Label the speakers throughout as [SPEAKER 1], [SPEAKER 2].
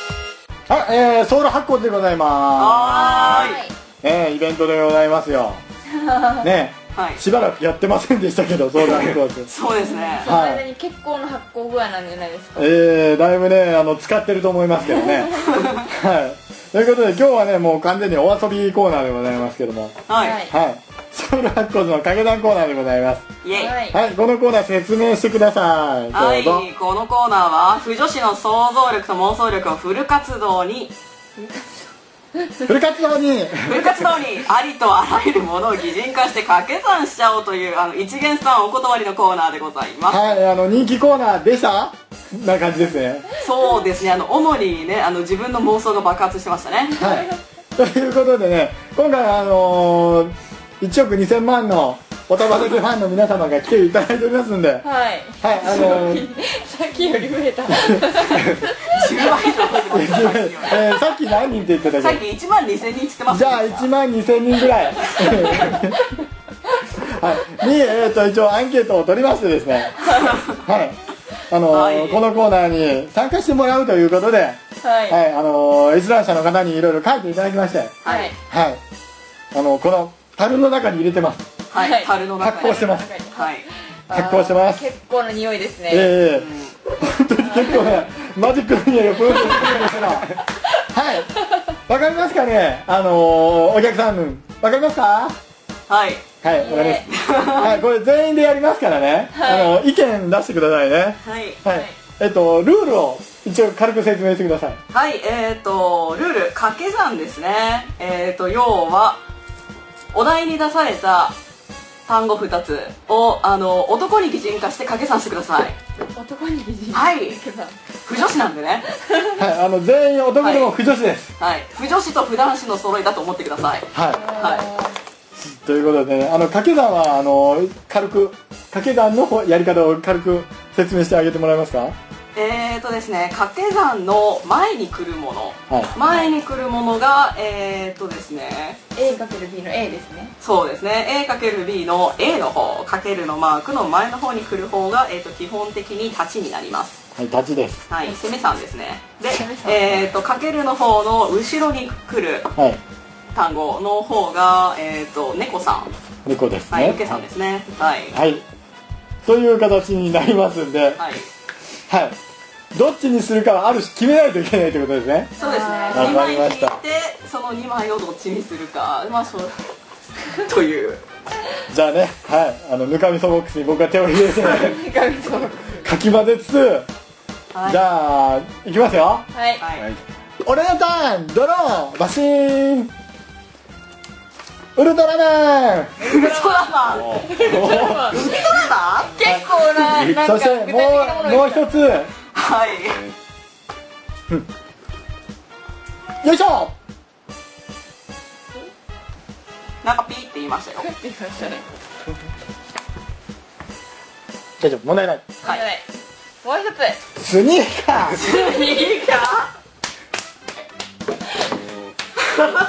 [SPEAKER 1] ん、えー、ソウル発行でございま
[SPEAKER 2] はーい
[SPEAKER 1] す、えー、イベントでございます よね
[SPEAKER 2] はい
[SPEAKER 1] しばらくやってませんでしたけどソウル発 行で
[SPEAKER 2] そうですね
[SPEAKER 3] その間に結構な発酵具合なんじゃないですか、
[SPEAKER 1] えー、だいぶねあの使ってると思いますけど ねはいということで今日はねもう完全にお遊びコーナーでございますけども
[SPEAKER 2] はい、
[SPEAKER 3] はい
[SPEAKER 1] はいソウル発行の掛け算コーナーでございます
[SPEAKER 2] イエイ
[SPEAKER 3] は
[SPEAKER 2] はい
[SPEAKER 1] はいこのコーナー説明してくださいどう
[SPEAKER 2] い、
[SPEAKER 1] ぞ、
[SPEAKER 2] このコーナーは不女子の想像力と妄想力をフル活 動に
[SPEAKER 1] フル活動 に
[SPEAKER 2] フル活動にありとあらゆるものを擬人化して掛け算しちゃおうというあの一元さんお断りのコーナーでございます
[SPEAKER 1] はいあの人気コーナーでしたな感じですね
[SPEAKER 2] そうですねあの主にねあの自分の妄想が爆発してましたね
[SPEAKER 1] はい、 ということでね今回あのー、1億2000万のおたばたけファンの皆様が来ていただいておりますんで、はい
[SPEAKER 3] はい
[SPEAKER 1] あのー
[SPEAKER 3] さっきより増えた
[SPEAKER 2] 10倍以上増えてましたさっきよ
[SPEAKER 1] えーさっき何人って言って
[SPEAKER 2] り
[SPEAKER 1] た
[SPEAKER 2] さ
[SPEAKER 1] け
[SPEAKER 2] っ
[SPEAKER 1] ど
[SPEAKER 2] き1万2000人って言ってまし
[SPEAKER 1] じ
[SPEAKER 2] た
[SPEAKER 1] ゃあ
[SPEAKER 2] ね
[SPEAKER 1] 1万2000人ぐ らい、はい、に、えー、と一応アンケートを取りましてです ね、はいあのー
[SPEAKER 2] はい
[SPEAKER 1] このコーナーに参加してもらうということで、は
[SPEAKER 3] はい
[SPEAKER 1] い
[SPEAKER 3] はい、
[SPEAKER 1] あのー閲覧者の方にいろいろ書いていただきまして、
[SPEAKER 2] はい
[SPEAKER 1] はい、あのこの樽の中に入れてます
[SPEAKER 2] はい、
[SPEAKER 3] はい
[SPEAKER 2] 樽の中
[SPEAKER 1] 発
[SPEAKER 2] に
[SPEAKER 1] 酵してます
[SPEAKER 2] はい
[SPEAKER 1] 発酵してます
[SPEAKER 3] あー結構な匂いですね、
[SPEAKER 1] ええ
[SPEAKER 2] うん
[SPEAKER 1] 本当に結構ねマジックの匂いがプンプンしてるんですけどはいわかりますかねあのーお客さんわかりますか
[SPEAKER 2] はい
[SPEAKER 1] はいわかります、はい、これ全員でやりますからね、
[SPEAKER 3] はい
[SPEAKER 1] あの意見出してくださいね
[SPEAKER 2] はい
[SPEAKER 1] はい、
[SPEAKER 3] はい
[SPEAKER 1] えっとルールを一応軽く説明してください
[SPEAKER 2] はい、えー、と、ルール、掛け算ですね。えー、と、要は、お題に出された単語2つを、あの、男に擬人化して掛け算してください。
[SPEAKER 3] 男に擬人
[SPEAKER 2] はい
[SPEAKER 3] けど
[SPEAKER 2] 不女子なんでね。
[SPEAKER 1] はいあの全員男でも不女子です
[SPEAKER 2] はい。不女子と不男子の揃いだと思ってください。
[SPEAKER 1] はい、
[SPEAKER 2] は
[SPEAKER 1] ということでねあの掛け算はあの軽く掛け算の方やり方を軽く説明してあげてもらえますか
[SPEAKER 2] い。えー、とですね、掛け算の前に来るもの。
[SPEAKER 1] はい
[SPEAKER 2] 前に来るものが、えー、とですね、
[SPEAKER 3] A かける B の A ですね
[SPEAKER 2] そうですね A×B の A の方かけるのマークの前の方に来る方が、えー、と基本的に立ちになります
[SPEAKER 1] はい立ちです
[SPEAKER 2] はい、攻めさんですね。で
[SPEAKER 3] 攻め、さん
[SPEAKER 2] えっ、と、かけるの方の後ろに来る
[SPEAKER 1] はい
[SPEAKER 2] 単語の方が、えっ、と、猫さん。
[SPEAKER 1] 猫です
[SPEAKER 2] はい、
[SPEAKER 1] ね
[SPEAKER 2] 受けさんですね。はい。
[SPEAKER 1] はいという形になりますんで、
[SPEAKER 2] はい。
[SPEAKER 1] はい、どっちにするかはある種決めないといけないということですね
[SPEAKER 2] そうですね。
[SPEAKER 3] あ
[SPEAKER 1] ー
[SPEAKER 2] 2枚
[SPEAKER 1] わか
[SPEAKER 2] 引
[SPEAKER 1] りま
[SPEAKER 2] い
[SPEAKER 1] した
[SPEAKER 2] て、その2枚をどっちにするか。まあ、そう。 という。
[SPEAKER 1] じゃあねはいあのぬかみそボックスに僕が手を入れ て
[SPEAKER 3] 神様
[SPEAKER 1] かき混ぜつつ、
[SPEAKER 2] はい。
[SPEAKER 1] じゃあいきますよ
[SPEAKER 3] はい
[SPEAKER 2] はい。
[SPEAKER 1] 俺のターンドローマシーンウルトラマン
[SPEAKER 2] ウルトラマン。 ウルトラマン
[SPEAKER 3] 結構ななん
[SPEAKER 1] そ
[SPEAKER 3] か具
[SPEAKER 1] して
[SPEAKER 3] 体
[SPEAKER 1] も
[SPEAKER 3] 的なもの
[SPEAKER 1] うもう
[SPEAKER 3] が来た
[SPEAKER 1] 一つよ
[SPEAKER 2] はい。
[SPEAKER 1] いしょ
[SPEAKER 2] なんかピーって言いましたよ。
[SPEAKER 3] って言いましたね
[SPEAKER 1] 大丈夫問題ない
[SPEAKER 2] はい
[SPEAKER 3] はいもう一
[SPEAKER 1] スニーカー
[SPEAKER 3] ついいか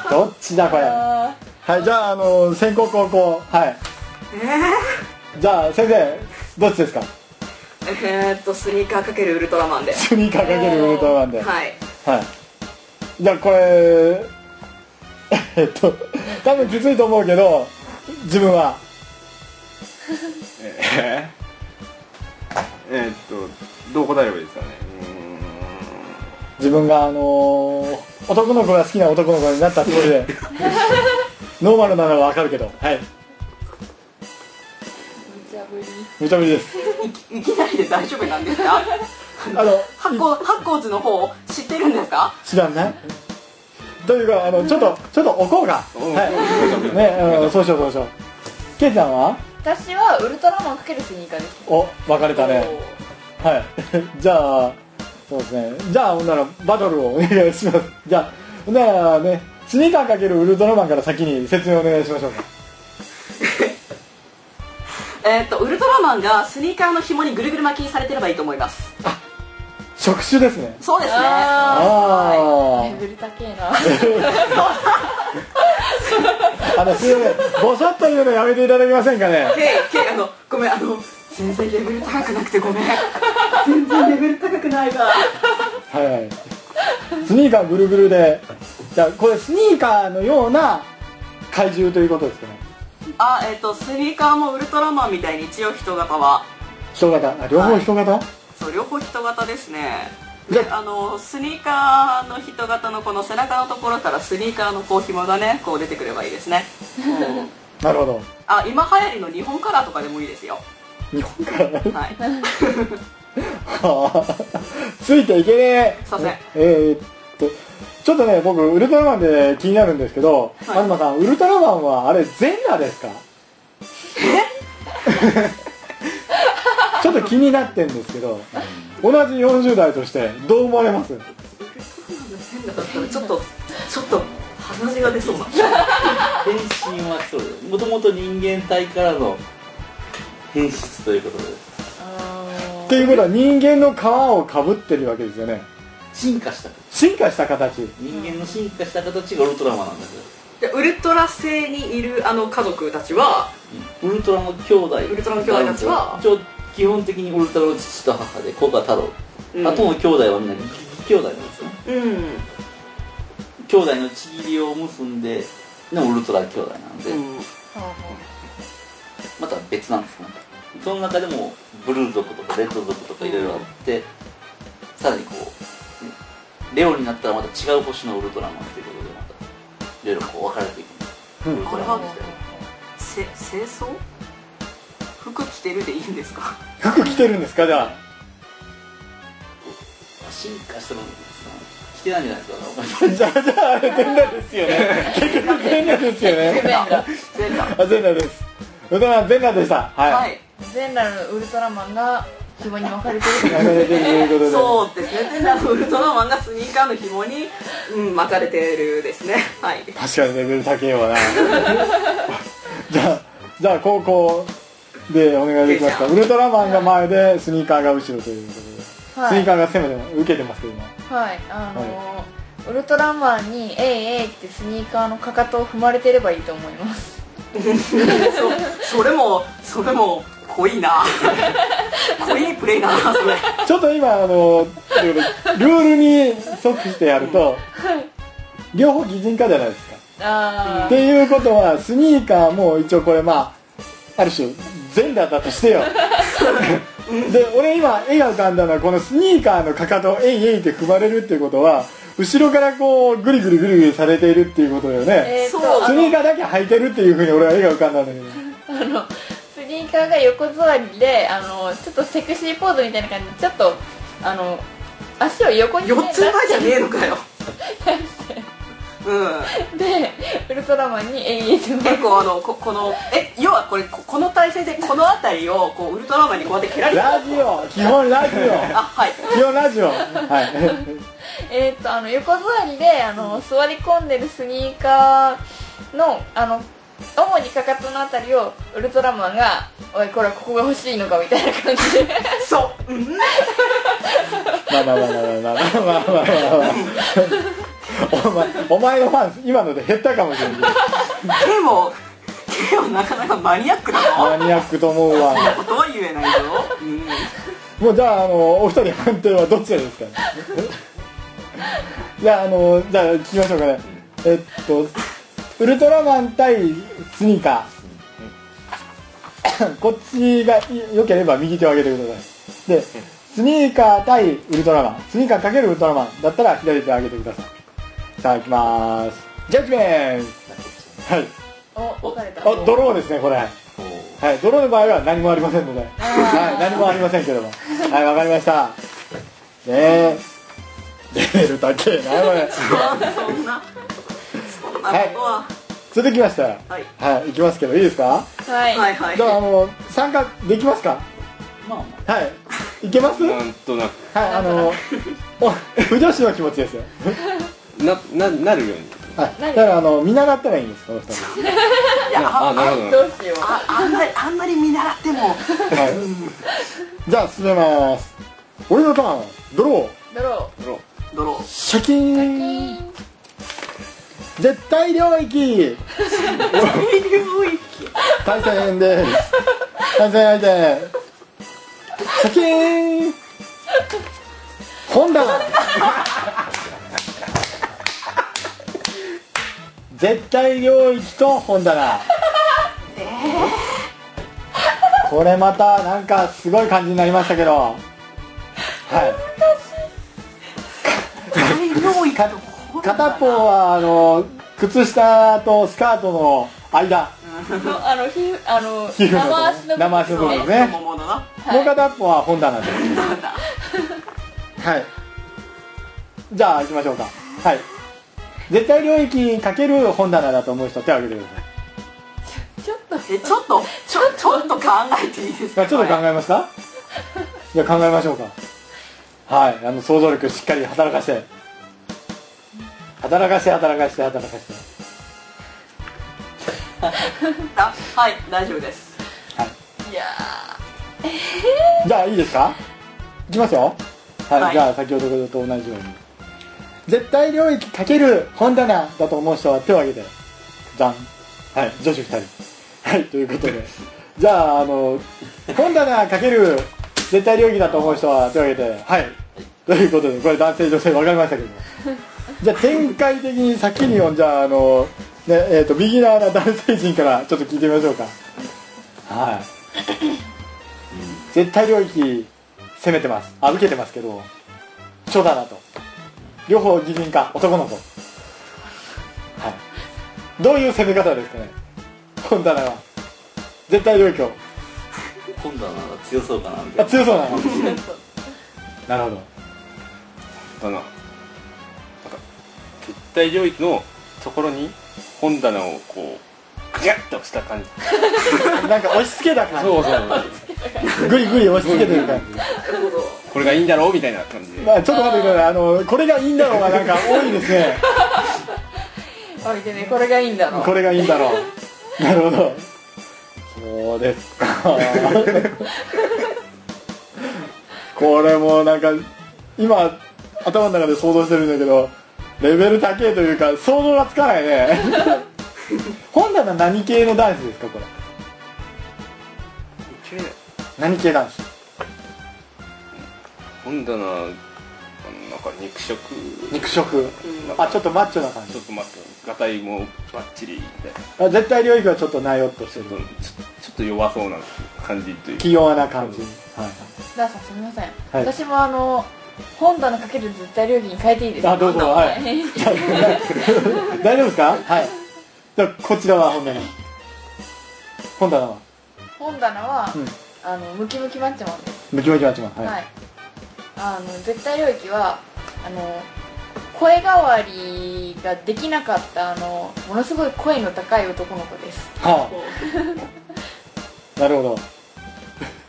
[SPEAKER 1] どっちだこれは
[SPEAKER 3] あ
[SPEAKER 1] いじゃああの先攻後攻はい
[SPEAKER 2] え
[SPEAKER 1] じゃあ先生どっちですか
[SPEAKER 2] ー、えー、っと、スニーカーかけるウルトラマンで。
[SPEAKER 1] スニーカーかけるウルトラマンでは
[SPEAKER 2] はい。
[SPEAKER 1] いじゃあこれえっと多分きついと思うけど自分は
[SPEAKER 4] えーえーっとどう答えればいいですかね
[SPEAKER 1] 自分があのー男の子が好きな男の子になったつもり でノーマルなのはわかるけどはい
[SPEAKER 3] ーじゃあ無理
[SPEAKER 1] 無茶ぶりです
[SPEAKER 2] いきなりで大丈夫なんですか
[SPEAKER 1] あの
[SPEAKER 2] 発行発行図の方知ってるんですか
[SPEAKER 1] 知らんないというかあのちょっとちょっとおこうが
[SPEAKER 4] おう
[SPEAKER 1] はいねあのそうしようそうしようケイちゃんは
[SPEAKER 3] 私はウルトラマンかけるスニーカーです
[SPEAKER 1] お分かれたねはい じゃあそうですねじゃあほんならバトルをお願いしますじゃあほんならねスニーカーかけるウルトラマンから先に説明お願いしましょうか
[SPEAKER 2] えーっとウルトラマンがスニーカーの紐にぐるぐる巻きにされてればいいと思います
[SPEAKER 1] 触手ですね
[SPEAKER 2] そうですね
[SPEAKER 3] あ
[SPEAKER 1] ああ
[SPEAKER 3] ねぐりたけえな
[SPEAKER 1] あのすいませんボソッと言うのやめていただけませんかね
[SPEAKER 2] けけあのごめんあの全然レベル高くなくてごめん全然レベル高くないが
[SPEAKER 1] はいはいスニーカーぐるぐるでじゃあこれスニーカーのような怪獣ということですかね
[SPEAKER 2] あえっ、とスニーカーもウルトラマンみたいに一応人型は
[SPEAKER 1] 人型あ両方人型、
[SPEAKER 2] そう両方人型ですね
[SPEAKER 1] じ
[SPEAKER 2] で
[SPEAKER 1] ゃ
[SPEAKER 2] あのスニーカーの人型のこの背中のところからスニーカーのこう紐がねこう出てくればいいですね、うん
[SPEAKER 1] なるほど
[SPEAKER 2] あ今流行りの日本カラーとかでもいいですよ
[SPEAKER 1] 日本から
[SPEAKER 2] はい
[SPEAKER 1] はあ ついていけねえ
[SPEAKER 2] すいません
[SPEAKER 1] えーっとちょっとね僕ウルトラマンで気になるんですけど、
[SPEAKER 2] はい
[SPEAKER 1] 東さんウルトラマンはあれ全裸です かちょっと気になってんですけど同じ40代としてどう思われます
[SPEAKER 2] 変だったらちょっとちょっと鼻血が出そうな
[SPEAKER 5] 変身はそうですもともと人間体からの変質ということです
[SPEAKER 1] っていうことは人間の皮をかぶってるわけですよね
[SPEAKER 5] 進化した
[SPEAKER 1] 進化した形
[SPEAKER 5] 人間の進化した形がウルトラマンなんですよ
[SPEAKER 2] でウルトラ星にいるあの家族たちは
[SPEAKER 5] ウルトラの兄弟
[SPEAKER 2] ウルトラの兄弟たちは
[SPEAKER 5] 一応基本的にウルトラの父と母で子が太郎、
[SPEAKER 2] うん
[SPEAKER 5] あとの兄弟はみんな義兄弟なんですよ
[SPEAKER 2] うん
[SPEAKER 5] 兄弟のちぎりを結んでのウルトラ兄弟なんで、
[SPEAKER 2] うん
[SPEAKER 5] また別なんですねその中でもブルー族とかレッド族とかいろいろあって、さらにこうレオになったらまた違う星のウルトラマンということでまたいろいろこう分かれていくんです
[SPEAKER 1] うん
[SPEAKER 5] ウルトラマンみたいな
[SPEAKER 2] せ清掃服着てるでいいんですか
[SPEAKER 1] 服着てるんですかじ ゃ
[SPEAKER 5] 進化してるんですか来てないんじゃないですかわかんない
[SPEAKER 1] あじゃあじゃああれ全裸ですよね結局全裸ですよね
[SPEAKER 3] 全裸
[SPEAKER 2] 全裸
[SPEAKER 1] あ全裸ですウルトラマン全裸でしたはい、
[SPEAKER 2] はい
[SPEAKER 3] 全裸のウルトラマンが紐に巻かれて る
[SPEAKER 1] やめれてるということで
[SPEAKER 2] そうですね全 裸のウルトラマンがスニーカーの紐に、うん、巻かれてるですねはい
[SPEAKER 1] 確かにレベル高えわな じゃあじゃあ高校でお願いできますかウルトラマンが前でスニーカーが後ろということで、
[SPEAKER 3] はい
[SPEAKER 1] スニーカーが攻めて受けてますけど今
[SPEAKER 3] はいあのウルトラマンに「えいえい」ってスニーカーのかかとを踏まれてればいいと思います
[SPEAKER 2] それもそれも濃い な濃いプレイだなそれ
[SPEAKER 1] ちょっと今あのということでルールに即してやると、両方擬人化じゃないですか
[SPEAKER 3] あ
[SPEAKER 1] っていうことはスニーカーも一応これまあある種全裸だとしてよで俺今絵が浮かんだのはこのスニーカーのかかとをえいえいって踏まれるっていうことは後ろからこうグリグリグリグリされているっていうことだよね、
[SPEAKER 3] えー、と
[SPEAKER 2] そう
[SPEAKER 3] あ
[SPEAKER 1] ス
[SPEAKER 3] の
[SPEAKER 1] ニーカーだけ履いてるっていうふうに俺は絵が浮かんだんだけど
[SPEAKER 3] あのスニーカーが横座りであのちょっとセクシーポーズみたいな感じでちょっとあの足を横に、ね、
[SPEAKER 2] 4つ前じゃねえのか ようん
[SPEAKER 3] 出してでウルトラマンに「えいえい」って踏まれ
[SPEAKER 2] 結構あのここのえ要はこれここの体勢でこの辺りをこうウルトラマンにこうやって蹴られて
[SPEAKER 1] ラジオ基本ラジ
[SPEAKER 2] あ
[SPEAKER 1] オ
[SPEAKER 2] はい
[SPEAKER 1] 基本ラジオはい
[SPEAKER 3] えーっとあの横座りであの座り込んでるスニーカーのあの主にかかとのあたりをウルトラマンが「おいこれはここが欲しいのか」みたいな感じで
[SPEAKER 2] そう、うん、
[SPEAKER 1] まあまあまあまあまあまあまあまあまあまあお前お前のファン今ので減ったかもしれない
[SPEAKER 2] でもでもなかなかマニアックだ
[SPEAKER 1] マ
[SPEAKER 2] な
[SPEAKER 1] ニアックと思うわ
[SPEAKER 2] ことは言えないぞ、うん、
[SPEAKER 1] もうじゃああのお二人判定はどちらですか ねじゃああのじゃあ聞きましょうかねえっとウルトラマン対スニーカー こっちがいよければ右手を上げてくださいでスニーカー対ウルトラマンスニーカーかけるウルトラマンだったら左手を上げてくださいさあ行きまーすジャッジメンはい
[SPEAKER 3] お分かれた
[SPEAKER 1] あドローですねこれ
[SPEAKER 5] こう
[SPEAKER 1] はい、ドローの場合は何もありませんので、はい、何もありませんけども、はい、わかりました。ねえ、レベル高えな、これ。
[SPEAKER 2] そんなそんなことは、
[SPEAKER 1] 続きましたら、
[SPEAKER 2] はい
[SPEAKER 1] はい、いきますけど、いいですか。
[SPEAKER 3] はい、
[SPEAKER 2] はいはい
[SPEAKER 1] じゃあ、あの、参加できますか。
[SPEAKER 5] まあま
[SPEAKER 1] はい、いけます。はい、
[SPEAKER 4] なんとな
[SPEAKER 1] あの、お、不女子の気持ちですよ。
[SPEAKER 4] くなななるように
[SPEAKER 1] はい、だから、あの、見習ったらいいんです、この二
[SPEAKER 2] いや
[SPEAKER 4] あ
[SPEAKER 2] あ
[SPEAKER 4] なるほど
[SPEAKER 3] どうしよう
[SPEAKER 2] ああんまりあんまり見習っても
[SPEAKER 1] 人。はい。じゃあ、進めます。俺のターン、ドロー、
[SPEAKER 3] ドロ
[SPEAKER 4] ドロ
[SPEAKER 2] ドロー
[SPEAKER 1] シャキーン。絶対領域。対戦です対戦相手シャキーンホンダ絶対領域と本棚これまたなんかすごい感じになりましたけどはい
[SPEAKER 2] 大領域
[SPEAKER 1] か
[SPEAKER 2] とこ
[SPEAKER 1] 片方はあの靴下とスカートの間
[SPEAKER 3] あのひあの
[SPEAKER 1] 皮膚のとこ
[SPEAKER 3] 生足の
[SPEAKER 1] 生足の部
[SPEAKER 3] 部分
[SPEAKER 1] 分
[SPEAKER 3] は
[SPEAKER 1] ね
[SPEAKER 2] 桃のな
[SPEAKER 1] もう片方は本棚ではいじゃあ行きましょうかはい絶対領域かける本棚だと思う人手を挙げてください
[SPEAKER 3] いちょっと
[SPEAKER 2] えちょっとちょちょっと考えていいで
[SPEAKER 1] ま
[SPEAKER 2] すか
[SPEAKER 1] あちょっと考
[SPEAKER 2] え
[SPEAKER 1] えましたじゃあ考えましょうかはいあの想像力しっかり働かして働かして働かして働かして
[SPEAKER 2] たはい大丈夫です
[SPEAKER 3] いや
[SPEAKER 1] じゃあいいですかいきますよはい、
[SPEAKER 2] はい
[SPEAKER 1] じゃあ先ほどと同じように絶対領域かける本棚だと思う人は手を挙げてじゃんはい女子2人はいということで じゃああの本棚かける絶対領域だと思う人は手を挙げてはいということでこれ男性女性分かりま したけどじゃあ展開的に先に読んじゃああのねえー、とビギナーな男性陣からちょっと聞いてみましょうかはい絶対領域攻めてます預けてますけど長だなと両方擬人化男の子はいどういう攻め方ですかね本棚は絶対領域を
[SPEAKER 5] 今度はなんか強そうかなみ
[SPEAKER 1] あ
[SPEAKER 5] たいな
[SPEAKER 1] 強そうなのなるほど
[SPEAKER 4] あのなんか絶対領域のところに本棚をこうギュッとした感じ
[SPEAKER 1] なんか押し付けた感
[SPEAKER 4] そうそう
[SPEAKER 1] じグイグイ押し付けてる感じ
[SPEAKER 2] なるほど
[SPEAKER 4] これがいいんだろうみたいな感じで
[SPEAKER 1] まあちょっと待ってくださいあのこれがいいんだろうがなんか多いですね
[SPEAKER 3] あれでねこれがいいんだろう
[SPEAKER 1] これがいいんだろうなるほどそうですかこれもなんか今頭の中で想像してるんだけどレベル高いというか想像がつかないね本棚何系の男子ですかこれ何系男子
[SPEAKER 4] 本棚なんか肉食
[SPEAKER 1] 肉食
[SPEAKER 2] うん
[SPEAKER 1] あちょっとマッチョな感
[SPEAKER 4] ちょ
[SPEAKER 1] じ
[SPEAKER 4] っと待ってガタイもバッチリみたいな
[SPEAKER 1] あ絶対領域はちょっとなよっとして
[SPEAKER 4] ちょっ
[SPEAKER 1] る
[SPEAKER 4] とちょちょっと弱そうな感じという
[SPEAKER 1] 器用な感じはい
[SPEAKER 3] ダーさんすみません、
[SPEAKER 1] い
[SPEAKER 3] 私もあの本棚かける絶対料金変えていいですか
[SPEAKER 1] あどうぞはい 大丈夫ですかはいじゃあこちらは本棚本棚は
[SPEAKER 3] 本棚は、
[SPEAKER 1] うん
[SPEAKER 3] あのムキムキマッチョマンです
[SPEAKER 1] ムキムキマッチマンは、
[SPEAKER 3] はいい、あの絶対領域はあの声変わりができなかったあのものすごい声の高い男の子です
[SPEAKER 1] はあなるほ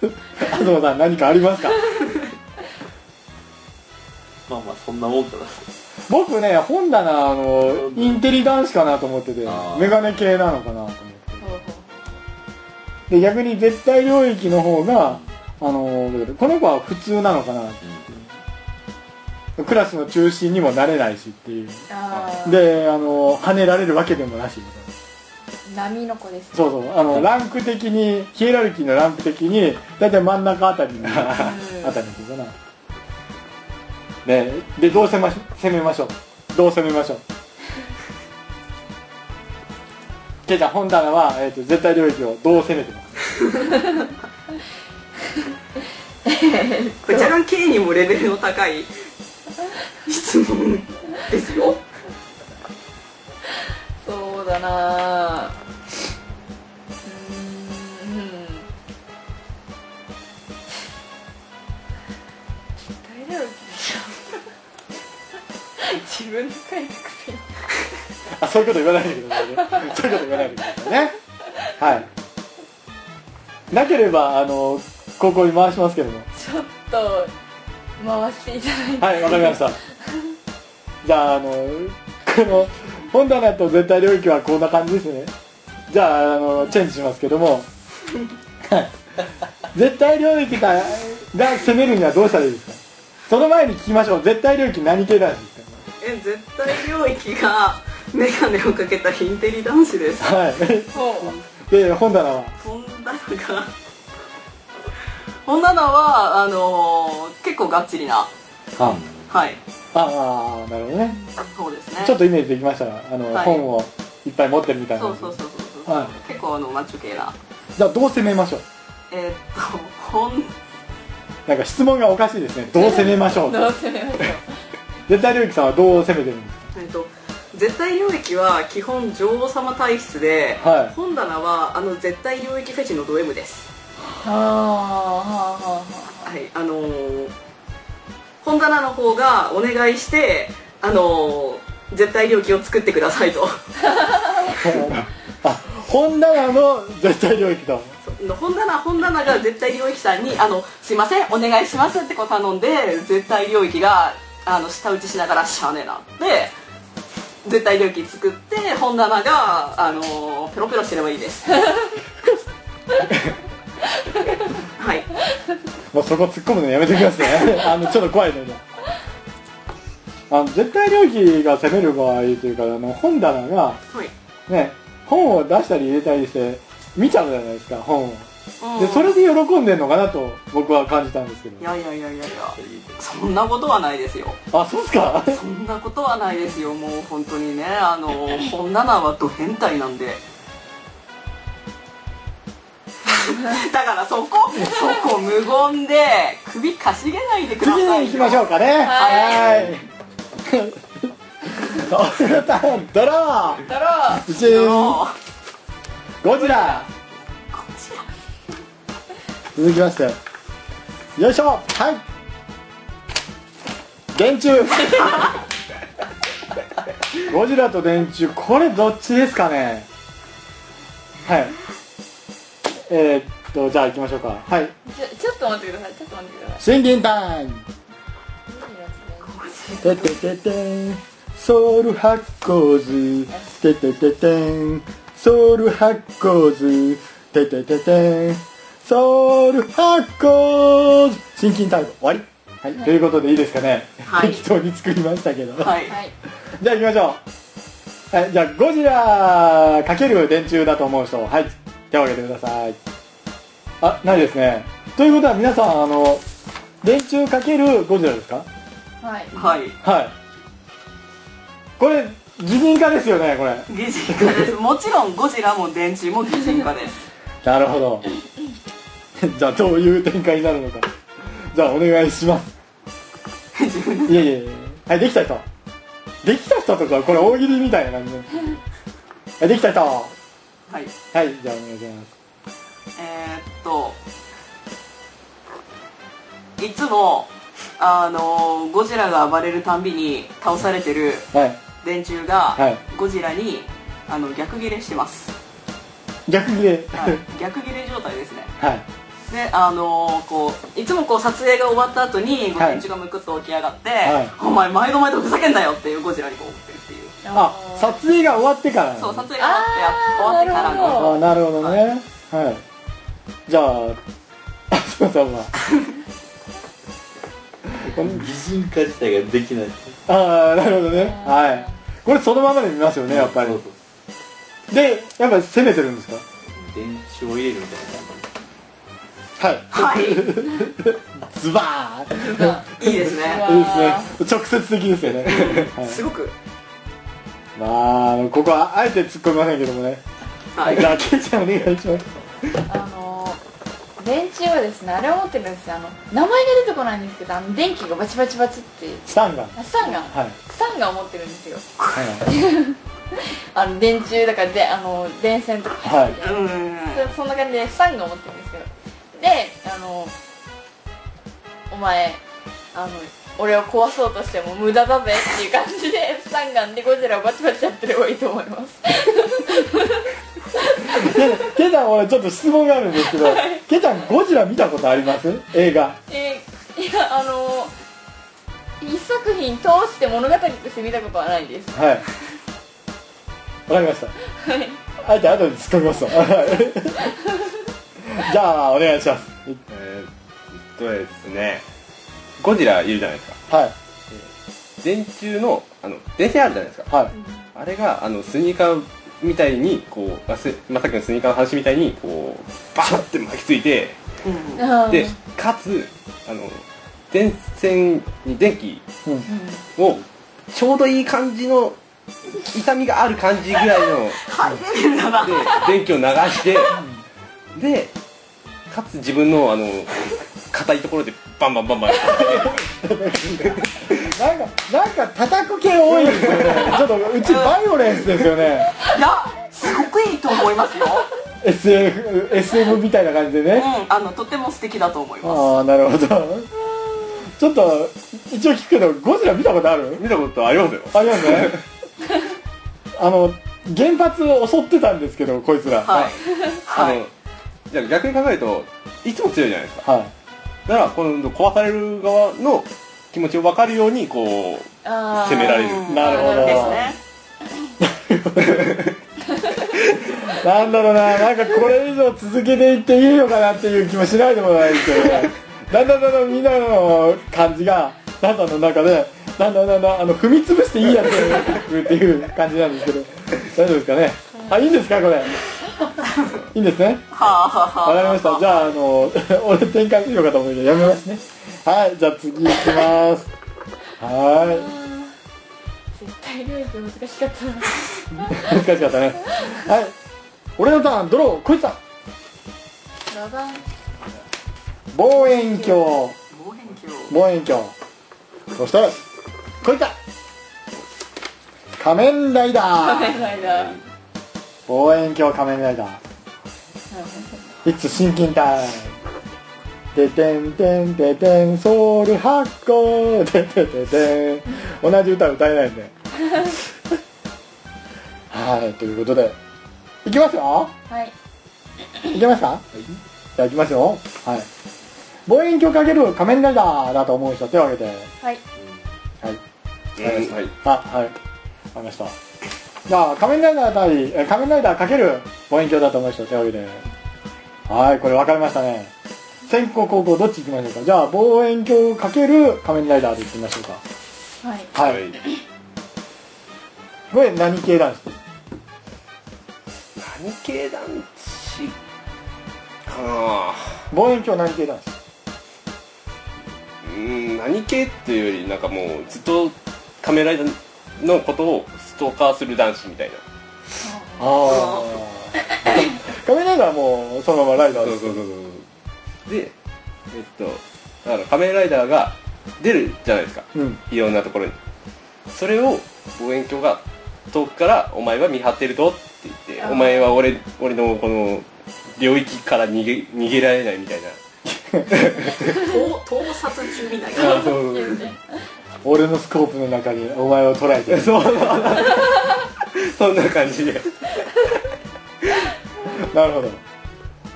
[SPEAKER 1] ど東さん何かありますか
[SPEAKER 5] まあまあそんなもんかな
[SPEAKER 1] 僕ね本棚あのインテリ男子かなと思ってて
[SPEAKER 5] あー
[SPEAKER 1] メガネ系なのかなと思ってで逆に絶対領域の方があのこの子は普通なのかなクラスの中心にもなれないしっていう
[SPEAKER 3] ああ
[SPEAKER 1] であの跳ねられるわけでもなしみたいな
[SPEAKER 3] 波の子です
[SPEAKER 1] そうそうあのランク的にヒエラルキーのランク的に大体真ん中あたりにあたりっていうかなねでどう攻めまし攻めましょうどう攻めましょうケイちゃん本棚は、えー、と絶対領域をどう攻めてます
[SPEAKER 2] こちらの K にもレベルの高い質問ですよ
[SPEAKER 3] そうだなあうーんうん誰だろう 自分の書いたくせに
[SPEAKER 1] あそういうこと言わないでくださいね そういうこと言わないでくださいねはいなければあの高校に回しますけども
[SPEAKER 3] ちょっと回していただいて
[SPEAKER 1] はい、わかりました。じゃあ、あの、この、本棚と絶対領域はこんな感じですね。じゃあ、あの、チェンジしますけども、はい絶対領域が、が攻めるにはどうしたらいいですかその前に聞きましょう。絶対領域何系なんです
[SPEAKER 2] え絶対領域がメガネをかけたインテリ男子です
[SPEAKER 1] かはい。
[SPEAKER 3] そう
[SPEAKER 1] で、本棚は、
[SPEAKER 2] 本棚が本棚はあのー結構がっちりな
[SPEAKER 1] あ
[SPEAKER 2] はい
[SPEAKER 1] あ、なるほどね。
[SPEAKER 2] そうですね
[SPEAKER 1] ちょっとイメージできましたら、あの、
[SPEAKER 2] はい
[SPEAKER 1] 本をいっぱい持ってるみたいな
[SPEAKER 2] そうそうそうそうそう、
[SPEAKER 1] は
[SPEAKER 2] 結構あのマッチョ系な
[SPEAKER 1] じゃあどう攻めましょう
[SPEAKER 2] えーっとほん
[SPEAKER 1] なんか質問がおかしいですねどう攻めまし ょう
[SPEAKER 3] どうせめましょ
[SPEAKER 1] 絶対領域さんはどう攻めてるんです
[SPEAKER 2] えーっと絶対領域は基本女王様体質で、
[SPEAKER 1] はい
[SPEAKER 2] 本棚はあの絶対領域フェチのド M です
[SPEAKER 3] うはあはあは
[SPEAKER 2] はいあのー本棚の方がお願いしてあのー絶対領域を作ってくださいと
[SPEAKER 1] かあ本棚の絶対領域と
[SPEAKER 2] そう本棚本棚が絶対領域さんに「あのすいませんお願いします」ってこう頼んで絶対領域があの舌打ちしながら「しゃあねえな」って絶対領域作って本棚が、あのペロペロしてればいいです はい
[SPEAKER 1] もうそこ突っ込むのやめてください ねあのちょっと怖いのであの絶対領域が攻める場合というかあの本棚が
[SPEAKER 2] はい
[SPEAKER 1] ね本を出したり入れたりして見ちゃうじゃないですか本を
[SPEAKER 2] うん
[SPEAKER 1] でそれで喜んでんのかなと僕は感じたんですけ
[SPEAKER 2] い
[SPEAKER 1] ど
[SPEAKER 2] やいやいやいやいやそんなことはないですよ
[SPEAKER 1] あそうっすか
[SPEAKER 2] そんなことはないですよもう本当にねあの本棚はド変態なん でだからそこそこ無言で首かしげないでくだ
[SPEAKER 1] 次
[SPEAKER 2] さいよ
[SPEAKER 1] に行きましょうかね
[SPEAKER 3] は
[SPEAKER 1] はーい それではドロー
[SPEAKER 3] あだろう
[SPEAKER 1] 一
[SPEAKER 2] あの
[SPEAKER 1] ゴジラ
[SPEAKER 2] こちら
[SPEAKER 1] 続きましてよいしょはい電柱 ゴジラと電柱これどっちですかねはいえー、っとじゃあ行きましょうかはい
[SPEAKER 3] ちょちょっと待ってくださいちょっと待ってください
[SPEAKER 1] 森林タイムててててんソウル発酵図ててててんソウル発酵図ててててんソウル発酵図新金タイム終わり、はいということでいいですかね、
[SPEAKER 2] はい
[SPEAKER 1] 適当に作りましたけど、
[SPEAKER 2] はい
[SPEAKER 3] はい
[SPEAKER 1] じゃあ行きましょう、はい、じゃあゴジラ×電柱だと思う人はい手を挙げてくださいあないですねということは皆さんあの電柱×ゴジラですか
[SPEAKER 3] はい
[SPEAKER 2] はい
[SPEAKER 1] はいこれ擬人化ですよねこれ
[SPEAKER 2] 擬人化ですもちろんゴジラも電柱も擬人化です
[SPEAKER 1] なるほど じゃあどういう展開になるのかじゃあお願いします
[SPEAKER 2] 自分
[SPEAKER 1] いやいやいやはいできた人できた人とかこれ大喜利みたいな感じで はいできた人は
[SPEAKER 2] はい
[SPEAKER 1] いじゃあお願いします
[SPEAKER 2] えーっといつもあのゴジラが暴れるたんびに倒されてる
[SPEAKER 1] はい
[SPEAKER 2] 電柱が
[SPEAKER 1] はい
[SPEAKER 2] ゴジラにあの逆ギレしてます、
[SPEAKER 1] 逆ギレ
[SPEAKER 2] はい 逆ギレ状態ですね
[SPEAKER 1] はい
[SPEAKER 2] であのーこういつもこう撮影が終わった後にゴ
[SPEAKER 1] はい
[SPEAKER 2] 電柱がむくっと起き上がって、
[SPEAKER 1] い
[SPEAKER 2] お前毎度毎度ふざけんなよっていうゴジラにこう思ってるっていう、
[SPEAKER 1] あ撮影が終わってから
[SPEAKER 2] そう撮影が終わって終わってから
[SPEAKER 3] あーなるほ
[SPEAKER 2] の
[SPEAKER 1] あなるほ
[SPEAKER 3] ど
[SPEAKER 1] どねはいじゃああそうそう まあこん
[SPEAKER 5] 擬人化自体ができない
[SPEAKER 1] ああなるほどねはいこれそのままで見ますよねやっぱり
[SPEAKER 5] そうそう
[SPEAKER 1] でやっぱり攻めてるんですか
[SPEAKER 5] 電柱を入れるみたい
[SPEAKER 1] はい
[SPEAKER 2] はいい
[SPEAKER 1] ズバーン
[SPEAKER 2] いですね
[SPEAKER 1] いいですね直接的ですよね、
[SPEAKER 2] す
[SPEAKER 1] は
[SPEAKER 2] ごく
[SPEAKER 1] い、まああのここはあえて突っ込みませんけどもね
[SPEAKER 2] はい
[SPEAKER 1] じゃあケイちゃんお願いします
[SPEAKER 3] あの電柱はですねあれを持ってるんですよあの名前が出てこないんですけどあの電気がバチバチバチって
[SPEAKER 1] スタンガン
[SPEAKER 3] あスタンガン
[SPEAKER 1] はい、
[SPEAKER 3] スタンガンを持ってるんですよ
[SPEAKER 1] はい、
[SPEAKER 3] あの電柱だからであの電線とか走ってる
[SPEAKER 2] うーん
[SPEAKER 3] そそんな感じでスタンガンを持ってるんですよであのお前あの俺を壊そうとしても無駄だぜっていう感じで スタンガンでゴジラをバチバチやってればいいと思います
[SPEAKER 1] でケイちゃん俺ちょっと質問があるんですけどケイちゃんゴジラ見たことあります映画
[SPEAKER 3] えーいやあの一作品通して物語として見たことはないです
[SPEAKER 1] はいわかりました
[SPEAKER 3] はい
[SPEAKER 1] あえて後で突っ込みますわはいじゃあお願いします
[SPEAKER 4] えー、っとですねゴジラいるじゃないですか
[SPEAKER 1] はい
[SPEAKER 4] 電柱のあの電線あるじゃないですか
[SPEAKER 1] はい
[SPEAKER 4] あれがあのスニーカーみたいにこうまあすまさっきのスニーカーの話みたいにこうバーって巻きついて
[SPEAKER 2] うん
[SPEAKER 4] でかつあの電線に電気をちょうどいい感じの痛みがある感じぐらいの
[SPEAKER 2] ハイレベルだな
[SPEAKER 4] で電気を流してでかつ自分のあの硬いところでバンバンバンバンやって
[SPEAKER 1] なんかなんか叩く系多いです よねちょっとうちバイオレンスですよね
[SPEAKER 2] いやすごくいいと思いますよ
[SPEAKER 1] SF, SM みたいな感じで
[SPEAKER 2] う
[SPEAKER 1] ね
[SPEAKER 2] んあのとても素敵だと思います
[SPEAKER 1] ああなるほどちょっと一応聞くけどゴジラ見たことある
[SPEAKER 4] 見たことありますよ
[SPEAKER 1] あります ねあの原発を襲ってたんですけどこいつら
[SPEAKER 2] はいは
[SPEAKER 4] あ
[SPEAKER 2] い
[SPEAKER 4] のじゃあ逆に考えるといつも強いじゃないですか
[SPEAKER 1] はい
[SPEAKER 4] だから今度壊される側の気持ちを分かるようにこう
[SPEAKER 3] あー
[SPEAKER 4] 攻められる
[SPEAKER 2] うん
[SPEAKER 1] なるほど
[SPEAKER 2] ですね
[SPEAKER 1] なんだろうななんかこれ以上続けていっていいのかなっていう気もしないでもないですけどねだんだんだんだんみんなの感じがなんだの中でだんだんだんだんあの踏み潰していいやつになってくるっていう感じなんですけど大丈夫ですかねあいいんですかこれいいんですね
[SPEAKER 2] はあはあはあ
[SPEAKER 1] わかりましたじゃああの 俺展開するのかと思うけどやめますねはいじゃあ次行きますは
[SPEAKER 3] 絶対料理って難しかったな
[SPEAKER 1] ー い難しかったねはい俺のターンドローこいつだ
[SPEAKER 3] ラバン
[SPEAKER 1] 望遠鏡
[SPEAKER 2] 望遠
[SPEAKER 1] 望遠鏡そしたらこういった仮面ライダー
[SPEAKER 2] 鏡ないな
[SPEAKER 1] 望遠鏡仮面ライダー It's 新金タイムでてんてんててんソウル発行でてててん同じ歌歌えないん ではいということでいきますよ
[SPEAKER 3] はい
[SPEAKER 1] いけますか、じゃあいきますよはい望遠鏡かける仮面ライダーだと思う人手を挙げて
[SPEAKER 3] はい
[SPEAKER 1] はい
[SPEAKER 4] うん
[SPEAKER 1] うん
[SPEAKER 4] はい
[SPEAKER 1] あはいわかりましたじゃあ仮面ライダー対え仮面ライダー×望遠鏡だと思う人手を挙げてはいこれ分かりましたね先攻後攻どっち行きましょうかじゃあ望遠鏡×仮面ライダーで行きましょうか
[SPEAKER 3] はい
[SPEAKER 1] はい、
[SPEAKER 4] はい
[SPEAKER 1] これ何系なんですか
[SPEAKER 4] 何系団地かな
[SPEAKER 1] 望遠鏡何系なんですか
[SPEAKER 4] うん何系っていうよりなんかもうずっとカメラのことをストーカーする男子みたいな
[SPEAKER 1] ああ仮面ライダーはもうそのままライダーです
[SPEAKER 4] そうそうでえっとだから仮面ライダーが出るじゃないですか
[SPEAKER 1] うん
[SPEAKER 4] いろんなところにそれを望遠鏡が遠くから「お前は見張ってるぞ」って言って「
[SPEAKER 3] あー
[SPEAKER 4] お前は俺俺のこの領域から逃げ逃げられない」みたいな
[SPEAKER 2] 盗盗撮中みたいな
[SPEAKER 4] そうそう
[SPEAKER 3] いいですね
[SPEAKER 1] 俺のスコープの中にお前を捉えてる
[SPEAKER 4] そうそんな感じで
[SPEAKER 1] なるほど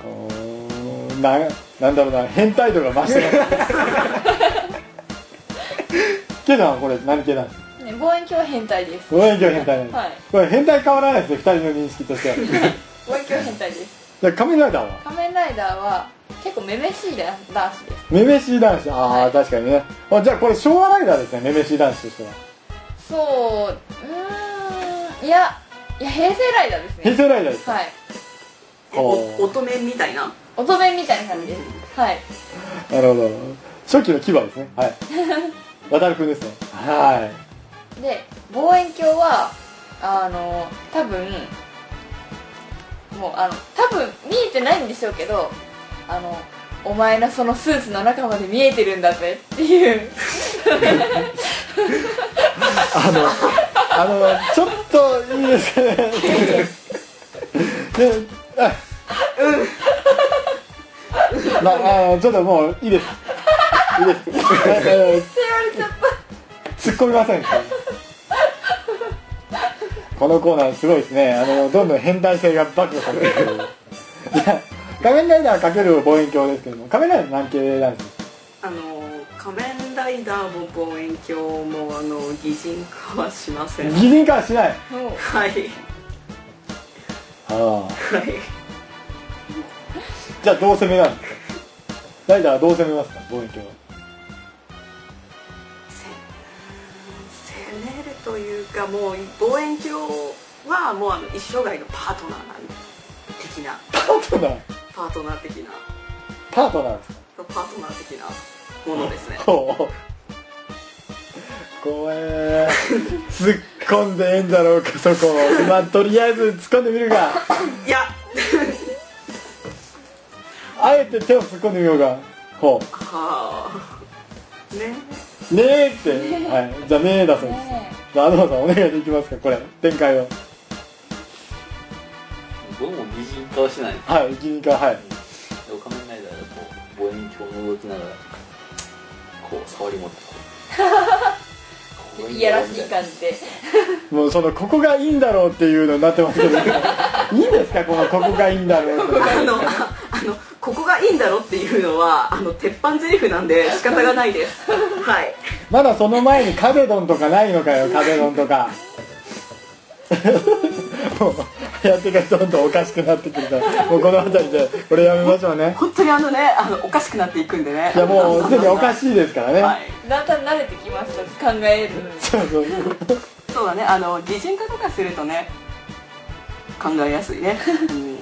[SPEAKER 1] おーななんだろうな変態度が増 してますケイさんはこれ何系なんですか
[SPEAKER 3] ね望遠鏡は変態です
[SPEAKER 1] 望遠鏡変態なんです、
[SPEAKER 3] はい
[SPEAKER 1] これ変態変わらないですね2人の認識としては
[SPEAKER 3] 望遠鏡変態です
[SPEAKER 1] じゃあ仮面ライダーは
[SPEAKER 3] 仮面ライダーは結構めめしいだ男子で
[SPEAKER 1] めめしい男子ああ、確かにねあじゃあこれ昭和ライダーですねめめしい男子としては
[SPEAKER 3] すそううーんいやいや平成ライダーですね
[SPEAKER 1] 平成ライダーですか、
[SPEAKER 3] はい
[SPEAKER 1] ほう
[SPEAKER 2] お乙女みたいな
[SPEAKER 3] 乙女みたいな感じですはい
[SPEAKER 1] なるほど初期の牙ですね はい渡るくんですねは
[SPEAKER 3] で望遠鏡はあの多分もうあの多分見えてないんでしょうけどあのお前のそのスーツの中まで見えてるんだぜっていう
[SPEAKER 1] いあのあのちょっといいですかねであまあ、あーちょっともういいです。いいです。えー
[SPEAKER 3] 言われちゃっ
[SPEAKER 1] 突っ込みませんか。このコーナーすごいですね。あのどんどん変態性が暴露されてる。じゃあ仮面ライダーかける望遠鏡ですけども、仮面ライダー何系なんですか。
[SPEAKER 2] あの仮面ライダーも望遠鏡もあの擬人化はしません
[SPEAKER 1] 擬人化はしない。
[SPEAKER 3] たもう
[SPEAKER 2] はい
[SPEAKER 1] ああ。
[SPEAKER 2] はい
[SPEAKER 1] じゃあどう攻めなんですか。ライダーはどう攻めますか。望遠鏡は。
[SPEAKER 2] 攻めるというかもう望遠鏡はもうあの一生涯のパートナーなん的な
[SPEAKER 1] パートナー。
[SPEAKER 2] パートナー的な
[SPEAKER 1] パートナーですか。
[SPEAKER 2] パートナー的なものですね
[SPEAKER 1] こう。怖えー。すっ混んでええんだろうかそこまあとりあえず突っ込んでみるが
[SPEAKER 2] いや
[SPEAKER 1] あえて手を突っ込んでみようがほう
[SPEAKER 2] はあね
[SPEAKER 1] ねえって、はい、じゃあねえだそうです、
[SPEAKER 3] ね
[SPEAKER 1] じゃあ東さんお願いできますかこれ展開を
[SPEAKER 5] どうも擬人化はしないで
[SPEAKER 1] はい一二回はい
[SPEAKER 5] すでも仮面ライダーがこう望遠鏡の動きながらこう触り持ってこう こう
[SPEAKER 3] いやらしい 感じで
[SPEAKER 1] もうそのここがいいんだろうっていうのになってますけどいいんですかこのここがいいんだろうって
[SPEAKER 2] あのああのここがいいんだろっていうのはあの鉄板台詞なんで仕方がないですはい
[SPEAKER 1] まだその前に壁ドンとかないのかよ壁ドンとかもうやってがどんどんおかしくなってくるからもうこの辺りでこれやめましょうね
[SPEAKER 2] 本当にあのねあのおかしくなっていくんでね
[SPEAKER 1] いやもうすでにおか
[SPEAKER 2] し
[SPEAKER 1] しいですからね、
[SPEAKER 2] はい
[SPEAKER 3] だんだん慣れてきました考えるのに
[SPEAKER 1] そうそう
[SPEAKER 2] そうだねあの擬人化とかするとね考えやすいね、うん、い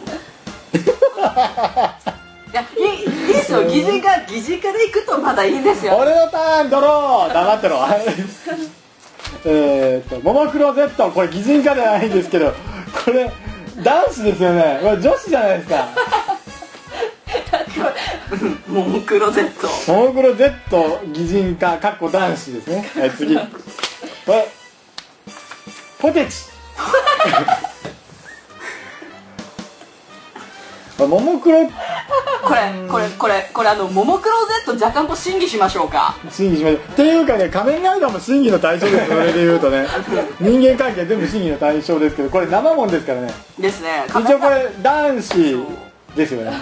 [SPEAKER 2] やいいいいですよ擬人化擬人化でいくとまだいいんですよ
[SPEAKER 1] 俺のターンドロー黙ってろえーっと「ももクロ Z」これ擬人化じゃないんですけどこれ男子ですよねこれ女子じゃないですか
[SPEAKER 2] ももクロ Z
[SPEAKER 1] ももクロ Z 擬人化かっこ男子です ねはい次これポテ チこれももクロ
[SPEAKER 2] これこれこれこれあのももクロ Z 若干こう審議しましょうか
[SPEAKER 1] 審議しましょうっていうかね仮面ライダーも審議の対象ですそれで言うと ね人間関係全部審議の対象ですけどこれ生もんですからね
[SPEAKER 2] ですね
[SPEAKER 1] 一応これ男子ですよね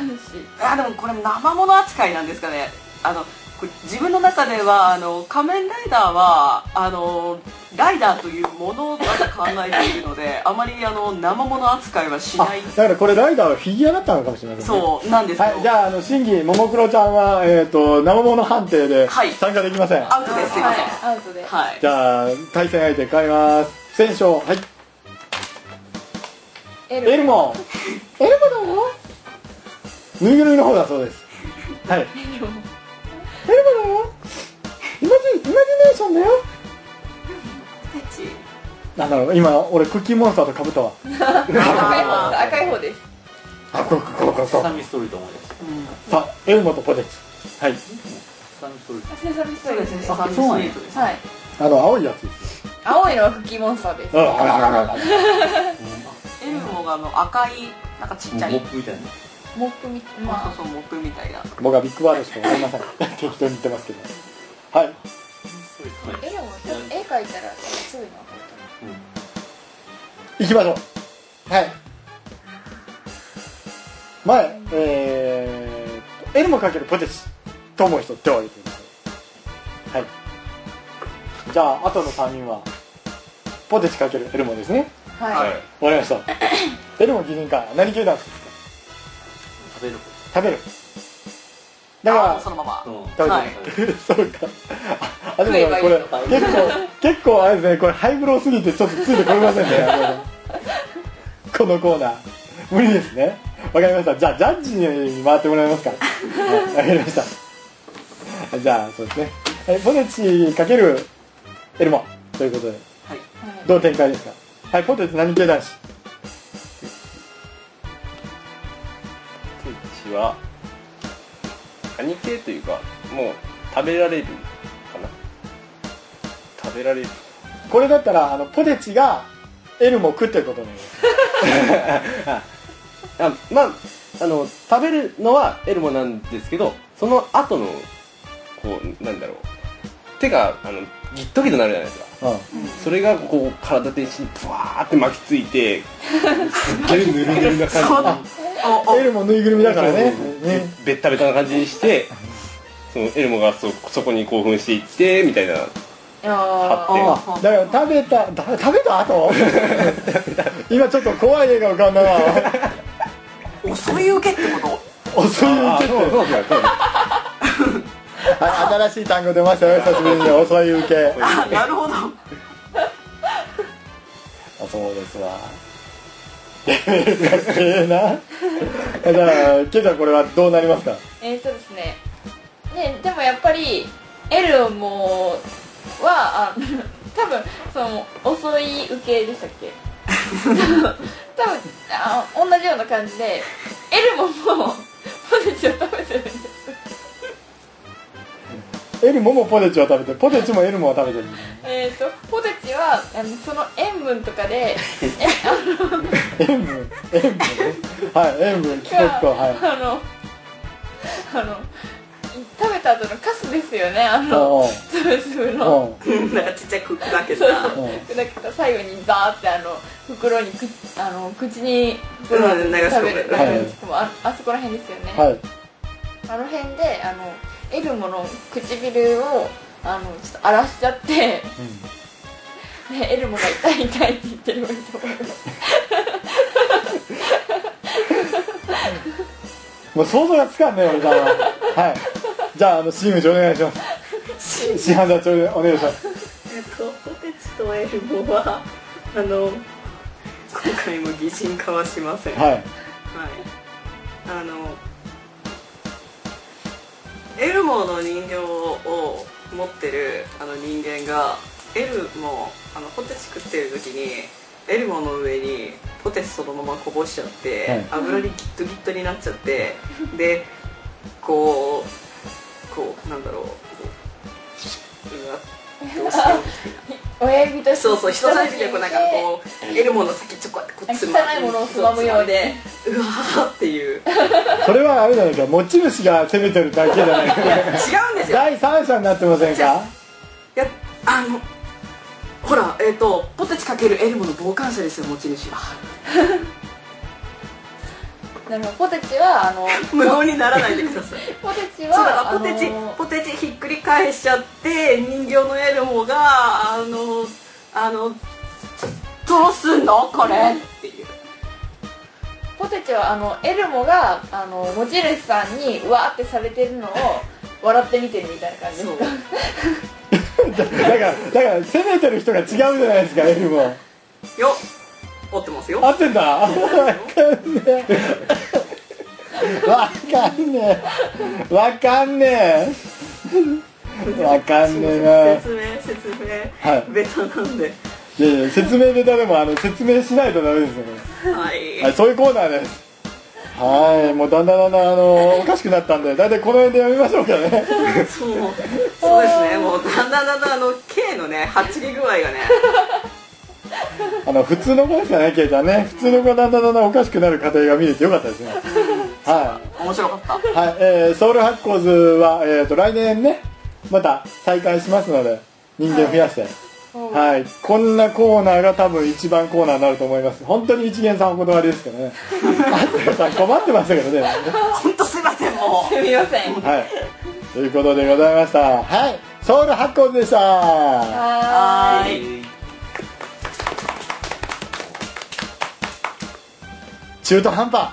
[SPEAKER 2] あでもこれ生物扱いなんですかねあのこれ自分の中ではあの仮面ライダーはあのライダーというものだと考えているので あまりあの生物扱いはし
[SPEAKER 1] あ
[SPEAKER 2] ない
[SPEAKER 1] だからこれライダーはフィギュアだったのかもしれませんね
[SPEAKER 2] そうなんですよ、
[SPEAKER 1] はいじゃああの審議ももクロちゃんは、えー、と生もの判定で
[SPEAKER 2] はい
[SPEAKER 1] 参加できません、
[SPEAKER 2] アウトですすいません
[SPEAKER 3] はいアウトで
[SPEAKER 2] はい、
[SPEAKER 1] じゃあ対戦相手変えます戦勝はい
[SPEAKER 3] エ
[SPEAKER 1] エルモエルモだもぬいぐるみの方だそうですはいエルモだもイマジイマジネーションだよ
[SPEAKER 2] ペチ
[SPEAKER 1] なんだろう今俺クッキーモンスターとかぶったわ
[SPEAKER 3] 赤い方だ赤い方です
[SPEAKER 1] あこうこうこうこ
[SPEAKER 5] セサ
[SPEAKER 1] う
[SPEAKER 5] ミストリート思い出した
[SPEAKER 1] さあエルモとポテチはい
[SPEAKER 5] セサミストリート
[SPEAKER 3] セサミス
[SPEAKER 2] そうですね
[SPEAKER 3] は
[SPEAKER 2] サミストリートです
[SPEAKER 3] い
[SPEAKER 1] あの青いやつです
[SPEAKER 3] 青いのはクッキーモンスターで
[SPEAKER 1] あ
[SPEAKER 3] す
[SPEAKER 1] あらあらあらあら
[SPEAKER 2] エルモがあの赤いなんかちっちゃい
[SPEAKER 5] モップみたいな
[SPEAKER 3] モップみま
[SPEAKER 2] まあ
[SPEAKER 3] あ
[SPEAKER 2] そうそうモップみたいな
[SPEAKER 1] 僕はビッグバードしかわかりません適当に言ってますけどはい
[SPEAKER 3] エルモちょっと絵描いたらすぐに分かると思
[SPEAKER 1] 行きましょうはい前えーっとエルモかけるポテチと思う人手を挙げてくださいはいじゃあ後の3人はポテチかけるエルモですね
[SPEAKER 3] うはい
[SPEAKER 1] わかりました エルモ擬人化何系なんですか
[SPEAKER 5] 食べる
[SPEAKER 1] 食べるだ
[SPEAKER 2] あも
[SPEAKER 1] か
[SPEAKER 2] うそのまま、
[SPEAKER 5] うん
[SPEAKER 1] ら
[SPEAKER 2] はい
[SPEAKER 1] 食べてる、 そうかあで
[SPEAKER 3] 食えば
[SPEAKER 1] も
[SPEAKER 3] いい
[SPEAKER 1] これ
[SPEAKER 3] の
[SPEAKER 5] か
[SPEAKER 1] 結構結構あれですねこれハイブローすぎてちょっとついてこれませんねこのコーナー無理ですねわかりましたじゃあジャッジに回ってもらえますかはいわかりましたじゃあそうですねはいポテチかけるエルモということで
[SPEAKER 2] はい
[SPEAKER 1] どう展開ですかはいポテチ何系男子
[SPEAKER 4] ポテチは何系というかもう食べられるかな食べられる
[SPEAKER 1] これだったらあのポテチがエルモを食ってることになります
[SPEAKER 4] あまああの食べるのはエルモなんですけどその後のこうなんだろう手があのギットギトなるじゃないですか
[SPEAKER 1] うん
[SPEAKER 4] それがこう体全身にブワーって巻きついてすっげえぬるぬるな
[SPEAKER 2] そう
[SPEAKER 4] 感
[SPEAKER 2] おお
[SPEAKER 1] エルモぬいぐるみだからねね
[SPEAKER 4] じべったべたな感じにしてそのエルモがそそこに興奮していってみたいな
[SPEAKER 3] あ
[SPEAKER 4] 発
[SPEAKER 1] ああだから食べただ食べた 後今ちょっと怖い映画浮かんだわ
[SPEAKER 2] おそういう受けってこと
[SPEAKER 1] 遅い
[SPEAKER 4] あ
[SPEAKER 1] 受け
[SPEAKER 4] ーそうそうそうそう
[SPEAKER 1] はい新しい単語出ましたよ久しぶりに遅い受け
[SPEAKER 2] あなるほど
[SPEAKER 1] あそうですわええなじゃあケイちゃんこれはどうなりますか
[SPEAKER 3] えーとですねねでもやっぱりエルモはあ 食多分その遅い受けでしたっ け多分あ同じような感じでエルモもポテチを食べてるんです
[SPEAKER 1] エルモもポテチを食べてポテチもエルモを食べてる
[SPEAKER 3] えっ、とポテチはあのその塩分とか で
[SPEAKER 1] 塩分塩分はい塩分結構はい
[SPEAKER 3] あのあの食べた後のカスですよねあの
[SPEAKER 1] おう
[SPEAKER 3] つぶつぶの
[SPEAKER 1] おう
[SPEAKER 2] なんかちっちゃいクックだけど
[SPEAKER 3] そう
[SPEAKER 2] な
[SPEAKER 3] そう砕けた最後にザーってあの袋にくあの口に袋
[SPEAKER 2] うん流し込む
[SPEAKER 3] 食べる流し
[SPEAKER 1] はい
[SPEAKER 3] 込むああそこら辺ですよね、
[SPEAKER 1] はい
[SPEAKER 3] あの辺であのエルモの唇をあのちょっと荒らしちゃって、ね、エルモが痛い痛いって言ってるのにと思い ます
[SPEAKER 1] もう想像がつかんね俺さんははいじゃああの新内お願いします市販座長でお願いします
[SPEAKER 2] えっとポテチとエルボはあの今回も擬人化はしません
[SPEAKER 1] はい
[SPEAKER 2] はい、あのエルモの人形を持ってるあの人間がエルモあのポテチ食ってる時にエルモの上にポテチそのままこぼしちゃって、
[SPEAKER 1] は
[SPEAKER 2] 油にギットギットになっちゃってでこうこうなんだろうこううわどうしよ
[SPEAKER 3] 親指と
[SPEAKER 2] うそうそう人差し指でこうなんか
[SPEAKER 3] こ
[SPEAKER 2] こうエルモの先ちょこうやってこうつまん
[SPEAKER 3] 汚いものをつまむようで
[SPEAKER 2] うわーっていう
[SPEAKER 1] それはあれじゃないか持ち主が責めてるだけじゃないか
[SPEAKER 2] 違うんですよ
[SPEAKER 1] 第三者になってません
[SPEAKER 2] じゃ
[SPEAKER 1] か
[SPEAKER 2] あいやあのほらえっ、とポテチかけるエルモの傍観者ですよ持ち主は
[SPEAKER 3] うなるほどポテチはあの
[SPEAKER 2] 無謀にならないでください
[SPEAKER 3] ポテチ
[SPEAKER 2] そうだ
[SPEAKER 3] は
[SPEAKER 2] からポテチ、
[SPEAKER 3] あの
[SPEAKER 2] ポテチひっくり返しちゃって人形のエルモがあのあのどうすんのこれっていう
[SPEAKER 3] ポテチはあのエルモがあの持ち主さんにうわーってされてるのを笑って見てるみたいな感じ
[SPEAKER 2] そう
[SPEAKER 1] だからだから責めてる人が違うじゃないですかエルも
[SPEAKER 2] よ折ってますよ
[SPEAKER 1] 合ってんだわかんねえわかんねえわかんねえわかんねえ
[SPEAKER 2] 説明説明
[SPEAKER 1] なはい
[SPEAKER 2] ベタなんで
[SPEAKER 1] いやいや説明下手でもあの説明しないとダメですよね
[SPEAKER 2] はい、
[SPEAKER 1] はい、そういうコーナーです。はい、もうだんだんだんだん、あのおかしくなったんで、だいたいこの辺でやめましょうかね。
[SPEAKER 2] そうそうですねもうだんだんだんだんあの K のねはっちり具合がね
[SPEAKER 1] あの、普通の子ですよね、ケイちゃんね。普通の子がだんだんだんだんおかしくなる過程が見れてよかったですね。は
[SPEAKER 2] 面白かった
[SPEAKER 1] い。はい、えー、ソウル発行図は、えっ、と、来年ね、また再開しますので、人間増やして。はい、こんなコーナーが多分一番コーナーになると思います。本当に一元さんお断りですけど ね。あつこさん困ってましたけどね。
[SPEAKER 2] 本当すいませんもう
[SPEAKER 3] すみません
[SPEAKER 1] はい。ということでございました。はい。ソウル発行図でした。
[SPEAKER 3] はーい
[SPEAKER 2] い
[SPEAKER 1] 中途半端